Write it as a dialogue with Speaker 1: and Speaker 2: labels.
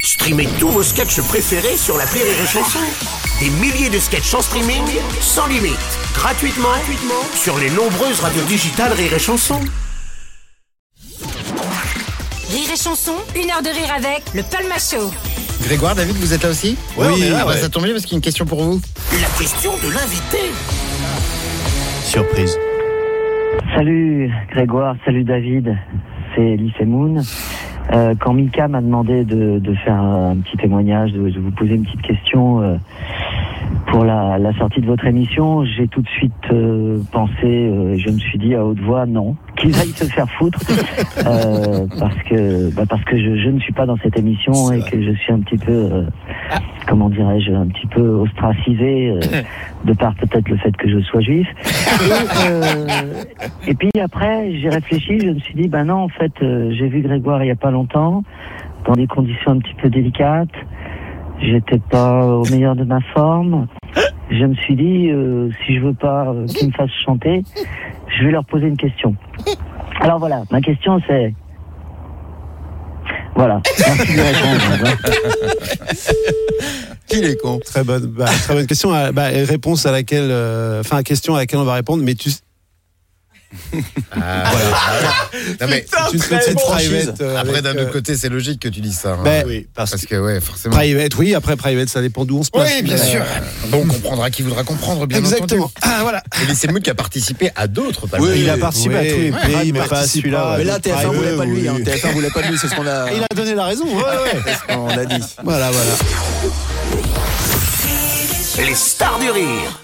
Speaker 1: Streamez tous vos sketchs préférés sur la Rire et Chanson. Des milliers de sketchs en streaming, sans limite, gratuitement, gratuitement sur les nombreuses radios digitales Rire et Chanson.
Speaker 2: Rire et chanson, une heure de rire avec le Palma Show.
Speaker 3: Grégoire, David, vous êtes là aussi
Speaker 4: Ouais, on est là,
Speaker 3: ah bah,
Speaker 4: ouais.
Speaker 3: ça tombe bien parce qu'il y a une question pour vous.
Speaker 1: La question de l'invité.
Speaker 4: Surprise.
Speaker 5: Salut Grégoire, salut David, c'est Lycée Moon. Euh, quand Mika m'a demandé de, de faire un petit témoignage, de, de vous poser une petite question euh, pour la, la sortie de votre émission, j'ai tout de suite euh, pensé, euh, je me suis dit à haute voix, non, qu'ils aillent se faire foutre, euh, parce que bah, parce que je, je ne suis pas dans cette émission
Speaker 4: C'est
Speaker 5: et
Speaker 4: vrai. Ah.
Speaker 5: que je suis un petit peu, euh, comment dirais-je, un petit peu ostracisé euh, de par peut-être le fait que je sois juif. Et, euh, et puis après, j'ai réfléchi, je me suis dit, ben non, en fait, euh, j'ai vu Grégoire il n'y a pas longtemps, dans des conditions un petit peu délicates. J'étais pas au meilleur de ma forme. Je me suis dit, euh, si je veux pas euh, qu'ils me fassent chanter, je vais leur poser une question. Alors voilà, ma question c'est. Voilà. Merci de répondre. Grégoire.
Speaker 3: Il est con.
Speaker 4: Très bonne, bah, très bonne question. euh, bah, et réponse à laquelle, euh, enfin question à laquelle on va répondre, mais tu.
Speaker 6: Ah, Non, mais
Speaker 4: c'est une petite private. euh,
Speaker 6: après,
Speaker 4: avec,
Speaker 6: d'un
Speaker 4: euh,
Speaker 6: autre côté, c'est logique que tu dis ça. hein.
Speaker 4: bah, oui, parce,
Speaker 6: parce
Speaker 4: que
Speaker 6: que, ouais, forcément.
Speaker 4: private, oui. Après private, ça dépend d'où on se place.
Speaker 6: Oui, bien
Speaker 4: mais,
Speaker 6: sûr.
Speaker 4: euh,
Speaker 6: Bon, on comprendra qui voudra comprendre, bien
Speaker 4: Exactement. Ah voilà.
Speaker 6: entendu. Et c'est Moon qui a participé à d'autres Palme
Speaker 4: il a
Speaker 6: d'Or.
Speaker 4: participé à tous les
Speaker 6: Ouais,
Speaker 4: prix, mais pas à celui-là.
Speaker 7: Mais
Speaker 4: ouais.
Speaker 7: là, TF1
Speaker 4: Private,
Speaker 7: voulait pas de lui. Hein.
Speaker 4: oui.
Speaker 7: TF1 voulait pas de lui, c'est ce qu'on a,
Speaker 4: Et Il a donné la raison. ouais, ouais.
Speaker 7: c'est ce qu'on a dit.
Speaker 4: Voilà, voilà.
Speaker 1: Les stars du rire.